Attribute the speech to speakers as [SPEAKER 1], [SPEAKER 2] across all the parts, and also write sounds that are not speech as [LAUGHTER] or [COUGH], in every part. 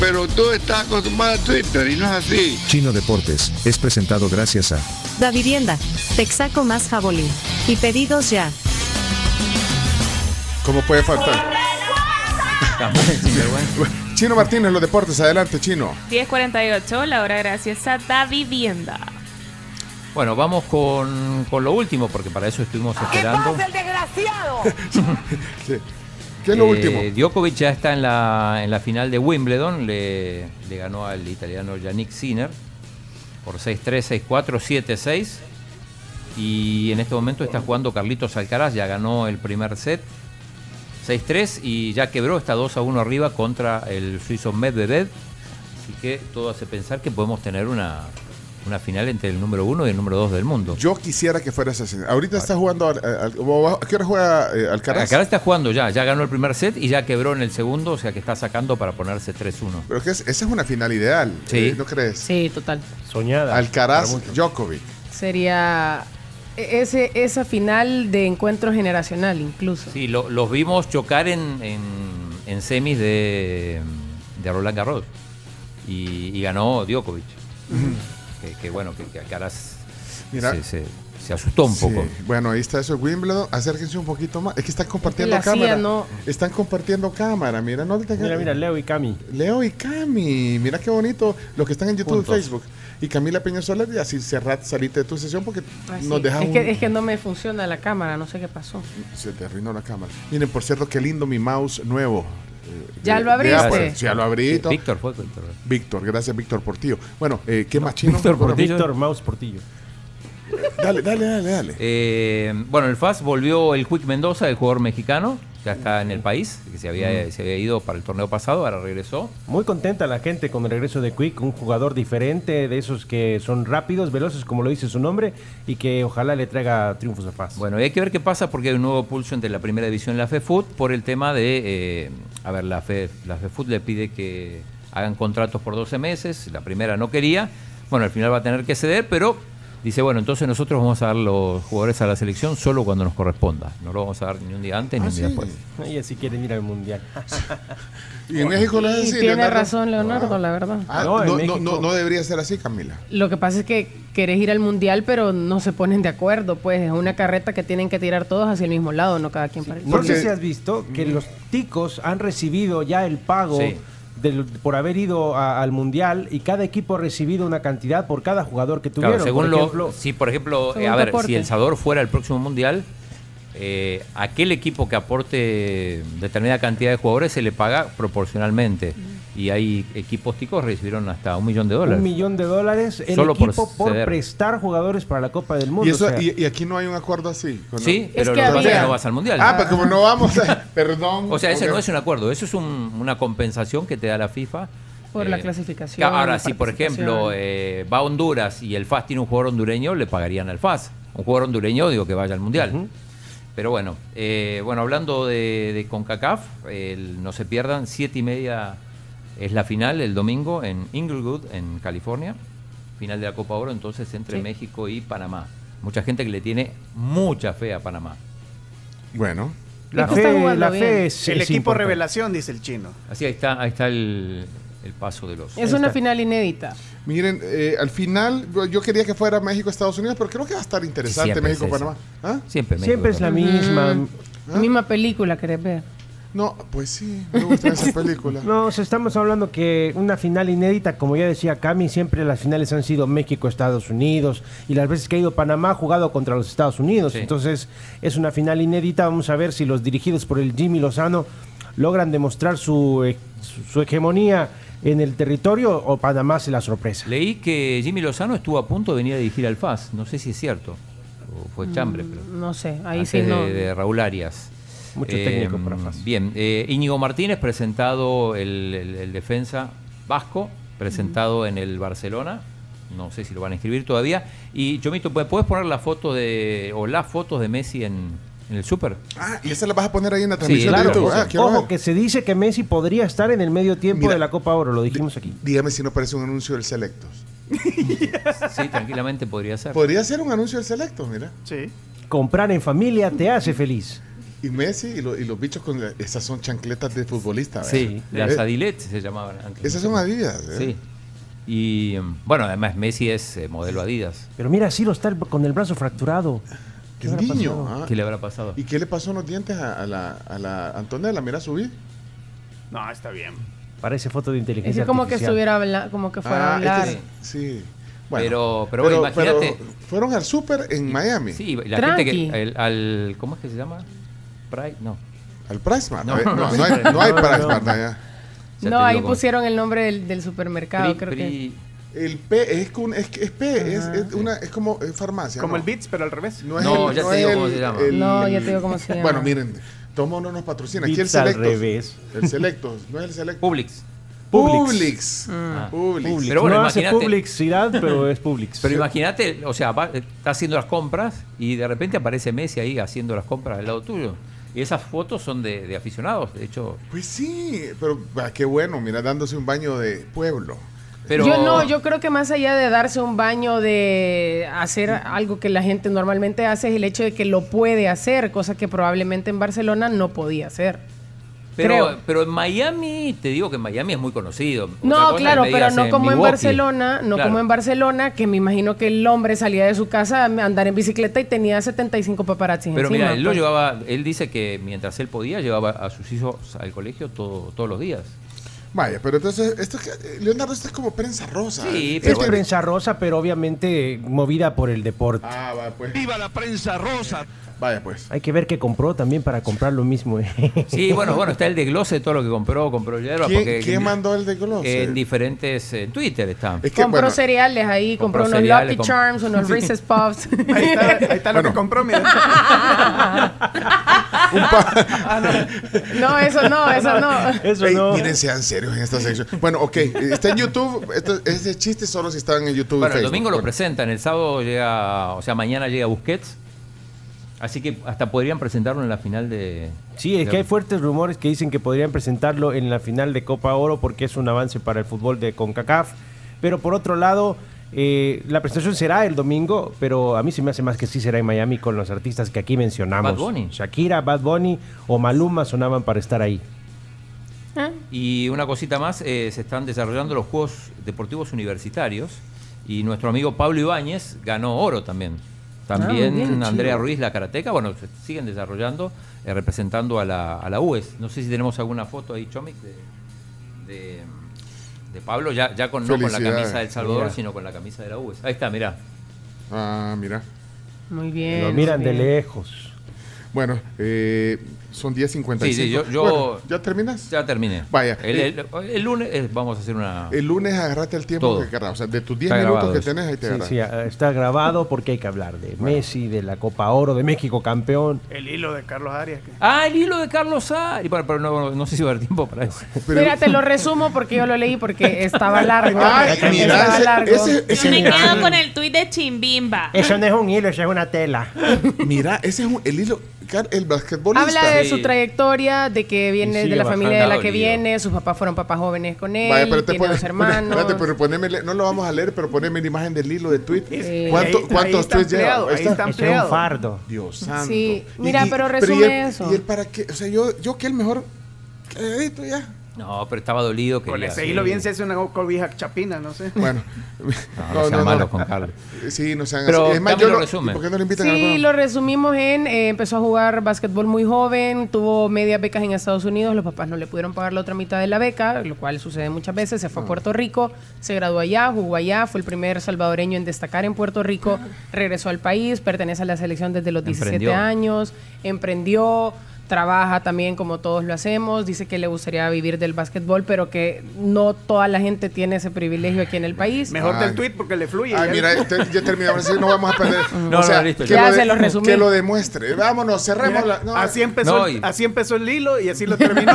[SPEAKER 1] Pero tú estás acostumbrado a Twitter y no es así.
[SPEAKER 2] Chino Deportes es presentado gracias a
[SPEAKER 3] Da Vivienda, Texaco más Jabolí y pedidos ya.
[SPEAKER 4] ¿Cómo puede faltar? [LAUGHS] Chino Martínez, los deportes, adelante, Chino.
[SPEAKER 5] 10.48, la hora gracias a Da Vivienda.
[SPEAKER 6] Bueno, vamos con, con lo último, porque para eso estuvimos esperando.
[SPEAKER 7] el desgraciado!
[SPEAKER 4] Sí. ¿Qué es lo
[SPEAKER 6] Eh,
[SPEAKER 4] último?
[SPEAKER 6] Djokovic ya está en la, en la final de Wimbledon, le, le ganó al italiano Yannick Sinner por 6-3, 6-4, 7-6. Y en este momento está jugando Carlitos Alcaraz, ya ganó el primer set 6-3 y ya quebró, está 2-1 arriba contra el suizo Medvedev. Así que todo hace pensar que podemos tener una, una final entre el número 1 y el número 2 del mundo.
[SPEAKER 4] Yo quisiera que fuera asesino. Ahorita está jugando. al- al- al- ¿A qué hora juega eh, Alcaraz?
[SPEAKER 6] Alcaraz está jugando ya, ya ganó el primer set y ya quebró en el segundo, o sea que está sacando para ponerse 3-1.
[SPEAKER 4] Pero que es- esa es una final ideal.
[SPEAKER 6] Sí.
[SPEAKER 4] eh, ¿No crees?
[SPEAKER 7] Sí, total.
[SPEAKER 8] Soñada.
[SPEAKER 4] Alcaraz, Djokovic.
[SPEAKER 7] Sería e- ese, esa final de encuentro generacional, incluso.
[SPEAKER 6] Sí, lo- los vimos chocar en, en- en semis de, de Roland Garros y, y ganó Djokovic. que, que bueno, que, que Alcaraz
[SPEAKER 4] Mira.
[SPEAKER 6] se, se- se asustó un
[SPEAKER 4] Sí.
[SPEAKER 6] poco.
[SPEAKER 4] Bueno, ahí está eso, Wimbledon. Acérquense un poquito más. Es que están compartiendo
[SPEAKER 7] la hacía,
[SPEAKER 4] cámara.
[SPEAKER 7] no.
[SPEAKER 4] Están compartiendo cámara. Mira, no te
[SPEAKER 8] Mira, mira, Leo y Cami.
[SPEAKER 4] Leo y Cami, mira qué bonito los que están en YouTube
[SPEAKER 6] Juntos.
[SPEAKER 4] y Facebook. Y Camila Peña Soler, y así cerrat, salite de tu sesión porque
[SPEAKER 7] Así.
[SPEAKER 4] nos deja
[SPEAKER 7] Ah, es,
[SPEAKER 4] un-
[SPEAKER 7] que, es que no me funciona la cámara, no sé qué pasó.
[SPEAKER 4] Se te arruinó la cámara. Miren, por cierto, qué lindo mi mouse nuevo. eh,
[SPEAKER 7] ¿Ya
[SPEAKER 4] de-
[SPEAKER 7] lo
[SPEAKER 4] de
[SPEAKER 7] abriste?
[SPEAKER 4] Apple. Sí, ya lo
[SPEAKER 8] Eh,
[SPEAKER 4] abrí. y todo.
[SPEAKER 6] Eh, Víctor fue Víctor.
[SPEAKER 4] Víctor, gracias Víctor Portillo. Bueno, eh, ¿qué más chino?
[SPEAKER 6] Víctor Portillo.
[SPEAKER 8] Víctor Maus Portillo.
[SPEAKER 4] Dale, dale, dale, dale.
[SPEAKER 6] Eh, bueno, el FAS volvió el Quick Mendoza, el jugador mexicano, ya está en el país, que se había,
[SPEAKER 4] Mm.
[SPEAKER 6] se había ido para el torneo pasado, ahora regresó.
[SPEAKER 8] Muy contenta la gente con el regreso de Quick, un jugador diferente, de esos que son rápidos, veloces, como lo dice su nombre, y que ojalá le traiga triunfos a Paz.
[SPEAKER 6] Bueno, y hay que ver qué pasa porque hay un nuevo pulso entre la primera división y la FEFUT por el tema de, eh, a ver, la, Fe, la FEFUT le pide que hagan contratos por 12 meses, la primera no quería, bueno, al final va a tener que ceder, pero dice, bueno, entonces nosotros vamos a dar los jugadores a la selección solo cuando nos corresponda, no lo vamos a dar ni un día antes ni
[SPEAKER 4] Ah,
[SPEAKER 6] un día
[SPEAKER 4] sí.
[SPEAKER 6] después.
[SPEAKER 8] Y así quieren ir al mundial.
[SPEAKER 4] Y en México lo
[SPEAKER 7] Y
[SPEAKER 4] hace así,
[SPEAKER 7] tiene
[SPEAKER 4] Leonardo.
[SPEAKER 7] razón, Leonardo,
[SPEAKER 4] Ah.
[SPEAKER 7] la verdad.
[SPEAKER 8] [LAUGHS]
[SPEAKER 4] Ah,
[SPEAKER 8] No,
[SPEAKER 4] no,
[SPEAKER 8] en
[SPEAKER 4] no,
[SPEAKER 8] México-
[SPEAKER 4] no- no debería ser así, Camila.
[SPEAKER 7] Lo que pasa es que querés ir al mundial, pero no se ponen de acuerdo. Pues es una carreta que tienen que tirar todos hacia el mismo lado, no cada quien para el
[SPEAKER 8] No
[SPEAKER 4] Porque-
[SPEAKER 8] sé si has visto que los ticos han recibido ya el pago
[SPEAKER 6] Sí.
[SPEAKER 8] del- por haber ido a- al mundial y cada equipo ha recibido una cantidad por cada jugador que tuvieron.
[SPEAKER 6] Claro, según
[SPEAKER 8] por
[SPEAKER 6] lo,
[SPEAKER 8] ejemplo,
[SPEAKER 6] si por ejemplo,
[SPEAKER 7] Según
[SPEAKER 6] eh, a
[SPEAKER 7] tu
[SPEAKER 6] ver,
[SPEAKER 7] aporte.
[SPEAKER 6] si El Salvador fuera el próximo mundial, eh, aquel equipo que aporte determinada cantidad de jugadores se le paga proporcionalmente. Y hay equipos ticos recibieron hasta un millón de dólares.
[SPEAKER 8] un millón de dólares el
[SPEAKER 6] Solo por
[SPEAKER 8] equipo por,
[SPEAKER 6] ceder.
[SPEAKER 8] prestar jugadores para la Copa del Mundo.
[SPEAKER 4] Y, eso,
[SPEAKER 8] o sea,
[SPEAKER 4] y, y aquí no hay un acuerdo así. con-
[SPEAKER 6] Sí, pero lo
[SPEAKER 7] que
[SPEAKER 6] que pasa es
[SPEAKER 7] había-
[SPEAKER 6] que no vas al mundial.
[SPEAKER 4] Ah, pero como no vamos [LAUGHS] a... Perdón.
[SPEAKER 6] o sea, ese
[SPEAKER 4] Ok.
[SPEAKER 6] no es un acuerdo, eso es un- una compensación que te da la FIFA. eh,
[SPEAKER 7] Por la clasificación,
[SPEAKER 6] Ahora,
[SPEAKER 7] la
[SPEAKER 6] si por
[SPEAKER 7] participación.
[SPEAKER 6] ejemplo eh, va a Honduras y el FAS tiene un jugador hondureño, le pagarían al FAS. Un jugador hondureño, digo, que vaya al Mundial. Pero bueno, eh, bueno, hablando de, de CONCACAF, el- no se pierdan, siete y media es la final el domingo en Inglewood, en California. Final de la Copa Oro, entonces entre
[SPEAKER 7] Sí.
[SPEAKER 6] México y Panamá. Mucha gente que le tiene mucha fe a Panamá.
[SPEAKER 4] Bueno.
[SPEAKER 8] la
[SPEAKER 7] Está jugando
[SPEAKER 8] fe, la
[SPEAKER 7] bien.
[SPEAKER 8] fe es,
[SPEAKER 9] El
[SPEAKER 8] es
[SPEAKER 9] equipo
[SPEAKER 8] importante.
[SPEAKER 9] revelación, dice el chino.
[SPEAKER 6] Así ahí está, ahí está el, el paso de los.
[SPEAKER 7] Es una final inédita.
[SPEAKER 4] Miren, eh, al final yo- yo quería que fuera México-Estados Unidos, pero creo que va a estar interesante
[SPEAKER 6] Siempre es
[SPEAKER 4] México-Panamá. ¿Ah?
[SPEAKER 6] Siempre, México
[SPEAKER 8] Siempre es la
[SPEAKER 6] también.
[SPEAKER 8] misma.
[SPEAKER 6] ¿Ah?
[SPEAKER 7] Misma película querés ver.
[SPEAKER 4] No, pues sí, me
[SPEAKER 6] [LAUGHS]
[SPEAKER 4] gusta esa película.
[SPEAKER 8] No, se estamos hablando que una final inédita, como ya decía Cami, siempre las finales han sido México, Estados Unidos, y las veces que ha ido Panamá ha jugado contra los Estados Unidos.
[SPEAKER 6] Sí.
[SPEAKER 8] Entonces, es una final inédita. Vamos a ver si los dirigidos por el Jimmy Lozano logran demostrar su, eh, su- su hegemonía en el territorio o Panamá se la sorpresa.
[SPEAKER 6] Leí que Jimmy Lozano estuvo a punto de venir a dirigir al FAS. No sé si es cierto. O fue chambre, pero.
[SPEAKER 7] No sé, ahí
[SPEAKER 6] antes
[SPEAKER 7] sí
[SPEAKER 6] de,
[SPEAKER 7] no.
[SPEAKER 6] de Raúl Arias.
[SPEAKER 8] Mucho técnico para FAS.
[SPEAKER 6] Bien, eh, Íñigo Martínez presentado el, el- el defensa vasco, presentado en el Barcelona. no sé si lo van a escribir todavía. Y Chomito, ¿pu- ¿puedes poner la foto de, o las fotos de Messi en, en el Super?
[SPEAKER 4] Ah, y esa la vas a poner ahí en la
[SPEAKER 6] Sí,
[SPEAKER 4] transmisión
[SPEAKER 6] claro,
[SPEAKER 4] de YouTube. Ah,
[SPEAKER 6] ojo,
[SPEAKER 4] quiero
[SPEAKER 8] Ojo
[SPEAKER 4] ver.
[SPEAKER 8] que se dice que Messi podría estar en el medio tiempo
[SPEAKER 4] Mira,
[SPEAKER 8] de la Copa Oro, lo dijimos aquí.
[SPEAKER 4] Dígame si no parece un anuncio del Selectos.
[SPEAKER 6] Sí, tranquilamente podría ser.
[SPEAKER 4] Podría ser un anuncio del Selectos, mira.
[SPEAKER 10] Sí.
[SPEAKER 8] Comprar en familia te hace feliz.
[SPEAKER 4] Y Messi y, lo- y los bichos con... la- Esas son chancletas de futbolista. ¿verdad?
[SPEAKER 6] Sí, las
[SPEAKER 4] Eh,
[SPEAKER 6] Adilet se llamaban antes.
[SPEAKER 4] Esas son Adidas. ¿eh?
[SPEAKER 6] Sí. Y mm, bueno, además Messi es eh, modelo Adidas.
[SPEAKER 8] Pero mira, Ciro está el- con el brazo fracturado.
[SPEAKER 4] Qué
[SPEAKER 8] habrá
[SPEAKER 4] niño.
[SPEAKER 8] pasado?
[SPEAKER 4] ah.
[SPEAKER 6] ¿Qué le habrá pasado?
[SPEAKER 4] ¿Y qué le pasó en los dientes a, a la, a la Antonella? Mira, subí.
[SPEAKER 10] No, está bien.
[SPEAKER 8] Parece foto de
[SPEAKER 7] Es
[SPEAKER 8] inteligencia
[SPEAKER 7] que como que
[SPEAKER 8] artificial.
[SPEAKER 7] estuviera habla- como que fuera a
[SPEAKER 4] Ah, es que
[SPEAKER 7] hablar.
[SPEAKER 4] sí.
[SPEAKER 6] Pero- pero bueno, imagínate.
[SPEAKER 4] fueron al súper en Miami.
[SPEAKER 6] Sí, la
[SPEAKER 7] Tranqui.
[SPEAKER 6] gente que. el- al, ¿Cómo es que se llama? Pride, no.
[SPEAKER 4] Al Pricemart.
[SPEAKER 6] No,
[SPEAKER 4] No, no,
[SPEAKER 6] no,
[SPEAKER 4] no hay,
[SPEAKER 6] no,
[SPEAKER 4] no hay
[SPEAKER 6] no,
[SPEAKER 4] Pricemart allá.
[SPEAKER 6] Ya
[SPEAKER 7] no,
[SPEAKER 6] te
[SPEAKER 7] ahí
[SPEAKER 6] digo cómo-
[SPEAKER 7] pusieron el nombre del, del supermercado,
[SPEAKER 6] Pri-
[SPEAKER 7] creo que.
[SPEAKER 6] Pri-
[SPEAKER 4] El P es, con- es, es P, es, es una, es como eh, farmacia.
[SPEAKER 10] Como
[SPEAKER 4] ¿no?
[SPEAKER 10] el Beats, pero al revés.
[SPEAKER 4] No, es
[SPEAKER 6] No,
[SPEAKER 4] el-
[SPEAKER 6] ya
[SPEAKER 4] no
[SPEAKER 6] te
[SPEAKER 4] es
[SPEAKER 6] digo cómo
[SPEAKER 4] el-
[SPEAKER 6] se llama.
[SPEAKER 4] el-
[SPEAKER 7] No, ya te digo cómo se llama.
[SPEAKER 4] Bueno, miren, Tomo no nos patrocina. Aquí el
[SPEAKER 8] Beats al
[SPEAKER 4] Selectos.
[SPEAKER 8] revés.
[SPEAKER 4] El Selectos, no es el Selectos.
[SPEAKER 6] Publix.
[SPEAKER 4] Publix.
[SPEAKER 6] Ah.
[SPEAKER 4] Publix.
[SPEAKER 8] Publix.
[SPEAKER 6] Pero bueno,
[SPEAKER 8] no hace
[SPEAKER 6] imagínate.
[SPEAKER 8] publicidad, pero es Publix.
[SPEAKER 6] Pero imagínate, o sea, va- está haciendo las compras y de repente aparece Messi ahí haciendo las compras al lado tuyo. Y esas fotos son de, de aficionados, de hecho.
[SPEAKER 4] Pues sí, pero ah, qué bueno, mira, dándose un baño de pueblo.
[SPEAKER 6] Pero
[SPEAKER 7] Yo no, yo creo que más allá de darse un baño, de hacer algo que la gente normalmente hace, es el hecho de que lo puede hacer, cosa que probablemente en Barcelona no podía hacer.
[SPEAKER 6] Pero,
[SPEAKER 7] Creo.
[SPEAKER 6] pero en Miami, te digo que en Miami es muy conocido. Otra cosa
[SPEAKER 7] No,
[SPEAKER 6] es que
[SPEAKER 7] claro,
[SPEAKER 6] me
[SPEAKER 7] pero
[SPEAKER 6] digas
[SPEAKER 7] no como en
[SPEAKER 6] Milwaukee.
[SPEAKER 7] Barcelona, no
[SPEAKER 6] Claro.
[SPEAKER 7] como en Barcelona, que me imagino que el hombre salía de su casa a andar en bicicleta y tenía 75 paparazzi
[SPEAKER 6] Pero
[SPEAKER 7] encima.
[SPEAKER 6] mira, él lo
[SPEAKER 7] pues.
[SPEAKER 6] llevaba, él dice que mientras él podía, llevaba a sus hijos al colegio todo- todos los días.
[SPEAKER 4] Vaya, pero entonces, esto es que- eh, Leonardo, esto es como prensa rosa. Este
[SPEAKER 6] Sí,
[SPEAKER 8] es
[SPEAKER 6] pero bueno.
[SPEAKER 8] prensa rosa, pero obviamente movida por el deporte.
[SPEAKER 4] Ah, va, pues.
[SPEAKER 1] ¡Viva la prensa rosa!
[SPEAKER 4] Vaya, pues.
[SPEAKER 8] Hay que ver qué compró también para comprar lo mismo. eh.
[SPEAKER 7] [LAUGHS]
[SPEAKER 6] Sí, bueno, bueno, está el desglose de todo lo que compró, compró hierba.
[SPEAKER 4] ¿Quién,
[SPEAKER 6] porque
[SPEAKER 4] quién mandó el de Closet?
[SPEAKER 6] En diferentes. En Twitter está.
[SPEAKER 4] Es que,
[SPEAKER 7] Compró
[SPEAKER 4] bueno,
[SPEAKER 7] cereales ahí, compró,
[SPEAKER 6] Compró
[SPEAKER 7] unos
[SPEAKER 6] cereales,
[SPEAKER 7] Lucky
[SPEAKER 6] comp-
[SPEAKER 7] Charms,
[SPEAKER 6] [LAUGHS]
[SPEAKER 7] unos Reese's Puffs.
[SPEAKER 10] Ahí está, ahí está lo
[SPEAKER 4] Bueno.
[SPEAKER 10] que compró, mira.
[SPEAKER 7] [LAUGHS] no, eso no,
[SPEAKER 6] [LAUGHS]
[SPEAKER 7] eso no.
[SPEAKER 8] [LAUGHS] Eso
[SPEAKER 4] Ey,
[SPEAKER 8] no.
[SPEAKER 4] Miren, sean serios en esta sección. Bueno, ok, eh, está en YouTube. Esto, ese chiste solo si están en YouTube. y
[SPEAKER 6] Bueno, el
[SPEAKER 4] Facebook.
[SPEAKER 6] domingo lo
[SPEAKER 4] Bueno,
[SPEAKER 6] presentan, el sábado llega, o sea, mañana llega Busquets. Así que hasta podrían presentarlo en la final de.
[SPEAKER 8] Sí, es
[SPEAKER 6] de-
[SPEAKER 8] que hay fuertes rumores que dicen que podrían presentarlo en la final de Copa Oro porque es un avance para el fútbol de CONCACAF. Pero por otro lado, eh, la presentación será el domingo, pero a mí se me hace más que sí será en Miami con los artistas que aquí mencionamos.
[SPEAKER 6] Bad Bunny.
[SPEAKER 8] Shakira, Bad Bunny o Maluma sonaban para estar ahí.
[SPEAKER 6] Y una cosita más, eh, se están desarrollando los Juegos Deportivos Universitarios y nuestro amigo Pablo Ibáñez ganó oro también. También
[SPEAKER 4] Ah,
[SPEAKER 6] Andrea Ruiz, la karateca, bueno, se siguen desarrollando, eh, representando a la, a la UES. No sé si tenemos alguna foto ahí, Chomic, de, de, de Pablo, ya, ya con, no con la
[SPEAKER 4] Felicidades.
[SPEAKER 6] camisa del Salvador,
[SPEAKER 8] Mira.
[SPEAKER 6] sino con la camisa de la UES. Ahí está, mirá.
[SPEAKER 4] Ah, mira.
[SPEAKER 7] Muy
[SPEAKER 6] Eh,
[SPEAKER 7] bien.
[SPEAKER 8] Lo miran
[SPEAKER 7] muy
[SPEAKER 8] de
[SPEAKER 7] bien.
[SPEAKER 8] lejos.
[SPEAKER 4] Bueno, eh, son 10.55.
[SPEAKER 6] Sí, sí, yo- yo-
[SPEAKER 4] Bueno, ¿Ya terminas?
[SPEAKER 6] Ya terminé.
[SPEAKER 4] Vaya,
[SPEAKER 6] El,
[SPEAKER 4] eh,
[SPEAKER 6] el- el lunes eh, vamos a hacer una.
[SPEAKER 4] El lunes agarrate el tiempo
[SPEAKER 6] Todo.
[SPEAKER 4] que querrás. O sea, de tus 10
[SPEAKER 6] Está
[SPEAKER 4] minutos
[SPEAKER 6] grabado
[SPEAKER 4] que
[SPEAKER 6] eso.
[SPEAKER 4] tenés, ahí te
[SPEAKER 8] Sí,
[SPEAKER 4] agarras.
[SPEAKER 8] sí, ah, está grabado porque hay que hablar de Messi, de la Copa Oro, de México campeón.
[SPEAKER 10] El hilo de Carlos Arias. que-
[SPEAKER 6] Ah, el hilo de Carlos Ari. Pero, pero no, no sé si va a haber tiempo para eso.
[SPEAKER 4] Pero-
[SPEAKER 7] Mira, te lo resumo porque yo lo leí
[SPEAKER 6] [LAUGHS]
[SPEAKER 7] porque estaba largo.
[SPEAKER 4] Ay, mira,
[SPEAKER 7] estaba
[SPEAKER 4] ese-
[SPEAKER 7] largo.
[SPEAKER 4] ese-
[SPEAKER 5] Yo
[SPEAKER 4] ese-
[SPEAKER 5] me quedo con el tuit de Chimbimba.
[SPEAKER 8] Eso no es un hilo, eso es
[SPEAKER 6] [LAUGHS]
[SPEAKER 8] una tela.
[SPEAKER 4] Mira, ese es un- el hilo. Car- El basquetbolista.
[SPEAKER 7] Habla de su
[SPEAKER 6] Sí.
[SPEAKER 7] trayectoria, de que
[SPEAKER 8] Y
[SPEAKER 7] viene
[SPEAKER 8] sigue
[SPEAKER 7] de la familia de la
[SPEAKER 6] bajando,
[SPEAKER 7] que
[SPEAKER 6] dolido.
[SPEAKER 7] viene, sus papás fueron papás jóvenes con él,
[SPEAKER 4] Vaya, pero te
[SPEAKER 7] tiene
[SPEAKER 4] pones-
[SPEAKER 7] dos
[SPEAKER 4] [LAUGHS]
[SPEAKER 7] hermanos.
[SPEAKER 4] espérate, pero poneme, le- no lo vamos a leer, pero poneme la imagen del hilo de tweet.
[SPEAKER 7] Sí.
[SPEAKER 4] ¿Cuánto-
[SPEAKER 10] Ahí- ahí
[SPEAKER 4] ¿Cuántos
[SPEAKER 10] está
[SPEAKER 4] tweets lleva?
[SPEAKER 10] ampliado,
[SPEAKER 4] Ahí
[SPEAKER 10] ahí
[SPEAKER 4] está.
[SPEAKER 10] está
[SPEAKER 8] Eso es un
[SPEAKER 10] ampliado.
[SPEAKER 8] fardo.
[SPEAKER 4] Dios santo.
[SPEAKER 7] Sí, mira, pero resume
[SPEAKER 4] y el-
[SPEAKER 7] eso.
[SPEAKER 4] ¿Y el para qué? O sea, yo, yo que el mejor. Calladito ya.
[SPEAKER 6] No, pero estaba dolido.
[SPEAKER 10] Con
[SPEAKER 6] quería
[SPEAKER 10] ese
[SPEAKER 6] hacer-
[SPEAKER 10] hilo bien se hace una cobija chapina, no sé.
[SPEAKER 4] Bueno. [LAUGHS]
[SPEAKER 6] No, no, sean malos con Carlos.
[SPEAKER 10] [LAUGHS]
[SPEAKER 4] Sí, no sean
[SPEAKER 6] Pero
[SPEAKER 4] así. Es más,
[SPEAKER 6] también
[SPEAKER 4] yo
[SPEAKER 6] lo
[SPEAKER 4] lo
[SPEAKER 6] resumen.
[SPEAKER 4] ¿y ¿Por qué no lo invitan a
[SPEAKER 7] Sí,
[SPEAKER 4] algún-
[SPEAKER 7] lo resumimos en, eh, empezó a jugar básquetbol muy joven, tuvo medias becas en Estados Unidos, los papás no le pudieron pagar la otra mitad de la beca, lo cual sucede muchas veces, se
[SPEAKER 4] Ah.
[SPEAKER 7] fue a Puerto Rico, se graduó allá, jugó allá, fue el primer salvadoreño en destacar en Puerto Rico, regresó al país, pertenece a la selección desde los 17
[SPEAKER 6] Emprendió.
[SPEAKER 7] años, emprendió, trabaja también como todos lo hacemos, dice que le gustaría vivir del básquetbol, pero que no toda la gente tiene ese privilegio aquí en el país.
[SPEAKER 10] Mejor
[SPEAKER 4] Ay.
[SPEAKER 10] del tweet porque le fluye.
[SPEAKER 4] Ay, Ah. mira, te- ya terminamos, así no vamos a perder.
[SPEAKER 6] [LAUGHS] No,
[SPEAKER 4] o
[SPEAKER 6] no,
[SPEAKER 4] sea,
[SPEAKER 6] listo,
[SPEAKER 4] que, lo
[SPEAKER 7] ya. Ya se lo resumí.
[SPEAKER 4] que lo demuestre. Vámonos, cerremos
[SPEAKER 10] Mira,
[SPEAKER 4] la. no, eh.
[SPEAKER 10] así, empezó
[SPEAKER 6] No,
[SPEAKER 10] el,
[SPEAKER 6] y-
[SPEAKER 10] así empezó el hilo y así lo terminó.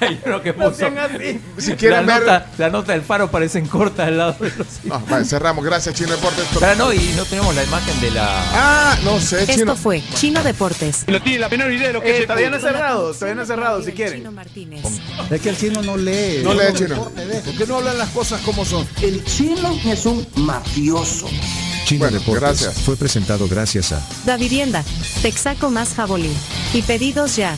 [SPEAKER 6] Hay uno que
[SPEAKER 10] No
[SPEAKER 6] puso.
[SPEAKER 10] sean así.
[SPEAKER 4] si quieren
[SPEAKER 6] la,
[SPEAKER 4] ver.
[SPEAKER 6] nota, la nota del faro parecen cortas al lado de los.
[SPEAKER 4] No, vale, cerramos. Gracias, Chino Deportes. por-
[SPEAKER 6] Pero no, y no tenemos la imagen de la.
[SPEAKER 4] Ah, no sé, Chino.
[SPEAKER 3] Esto fue Chino Deportes.
[SPEAKER 11] No tiene la menor idea de lo
[SPEAKER 10] Eh, todavía no es cerrado, todavía no es cerrado, si quieren.
[SPEAKER 3] Martínez.
[SPEAKER 12] Es que el chino no lee.
[SPEAKER 4] No lee, Chino.
[SPEAKER 12] ¿Por qué no hablan las cosas como son?
[SPEAKER 13] El chino es un mafioso.
[SPEAKER 2] Chino
[SPEAKER 4] Bueno,
[SPEAKER 2] Deportes
[SPEAKER 4] gracias.
[SPEAKER 2] fue presentado gracias a
[SPEAKER 3] Da Vivienda, Texaco más Jabolí. Y pedidos ya,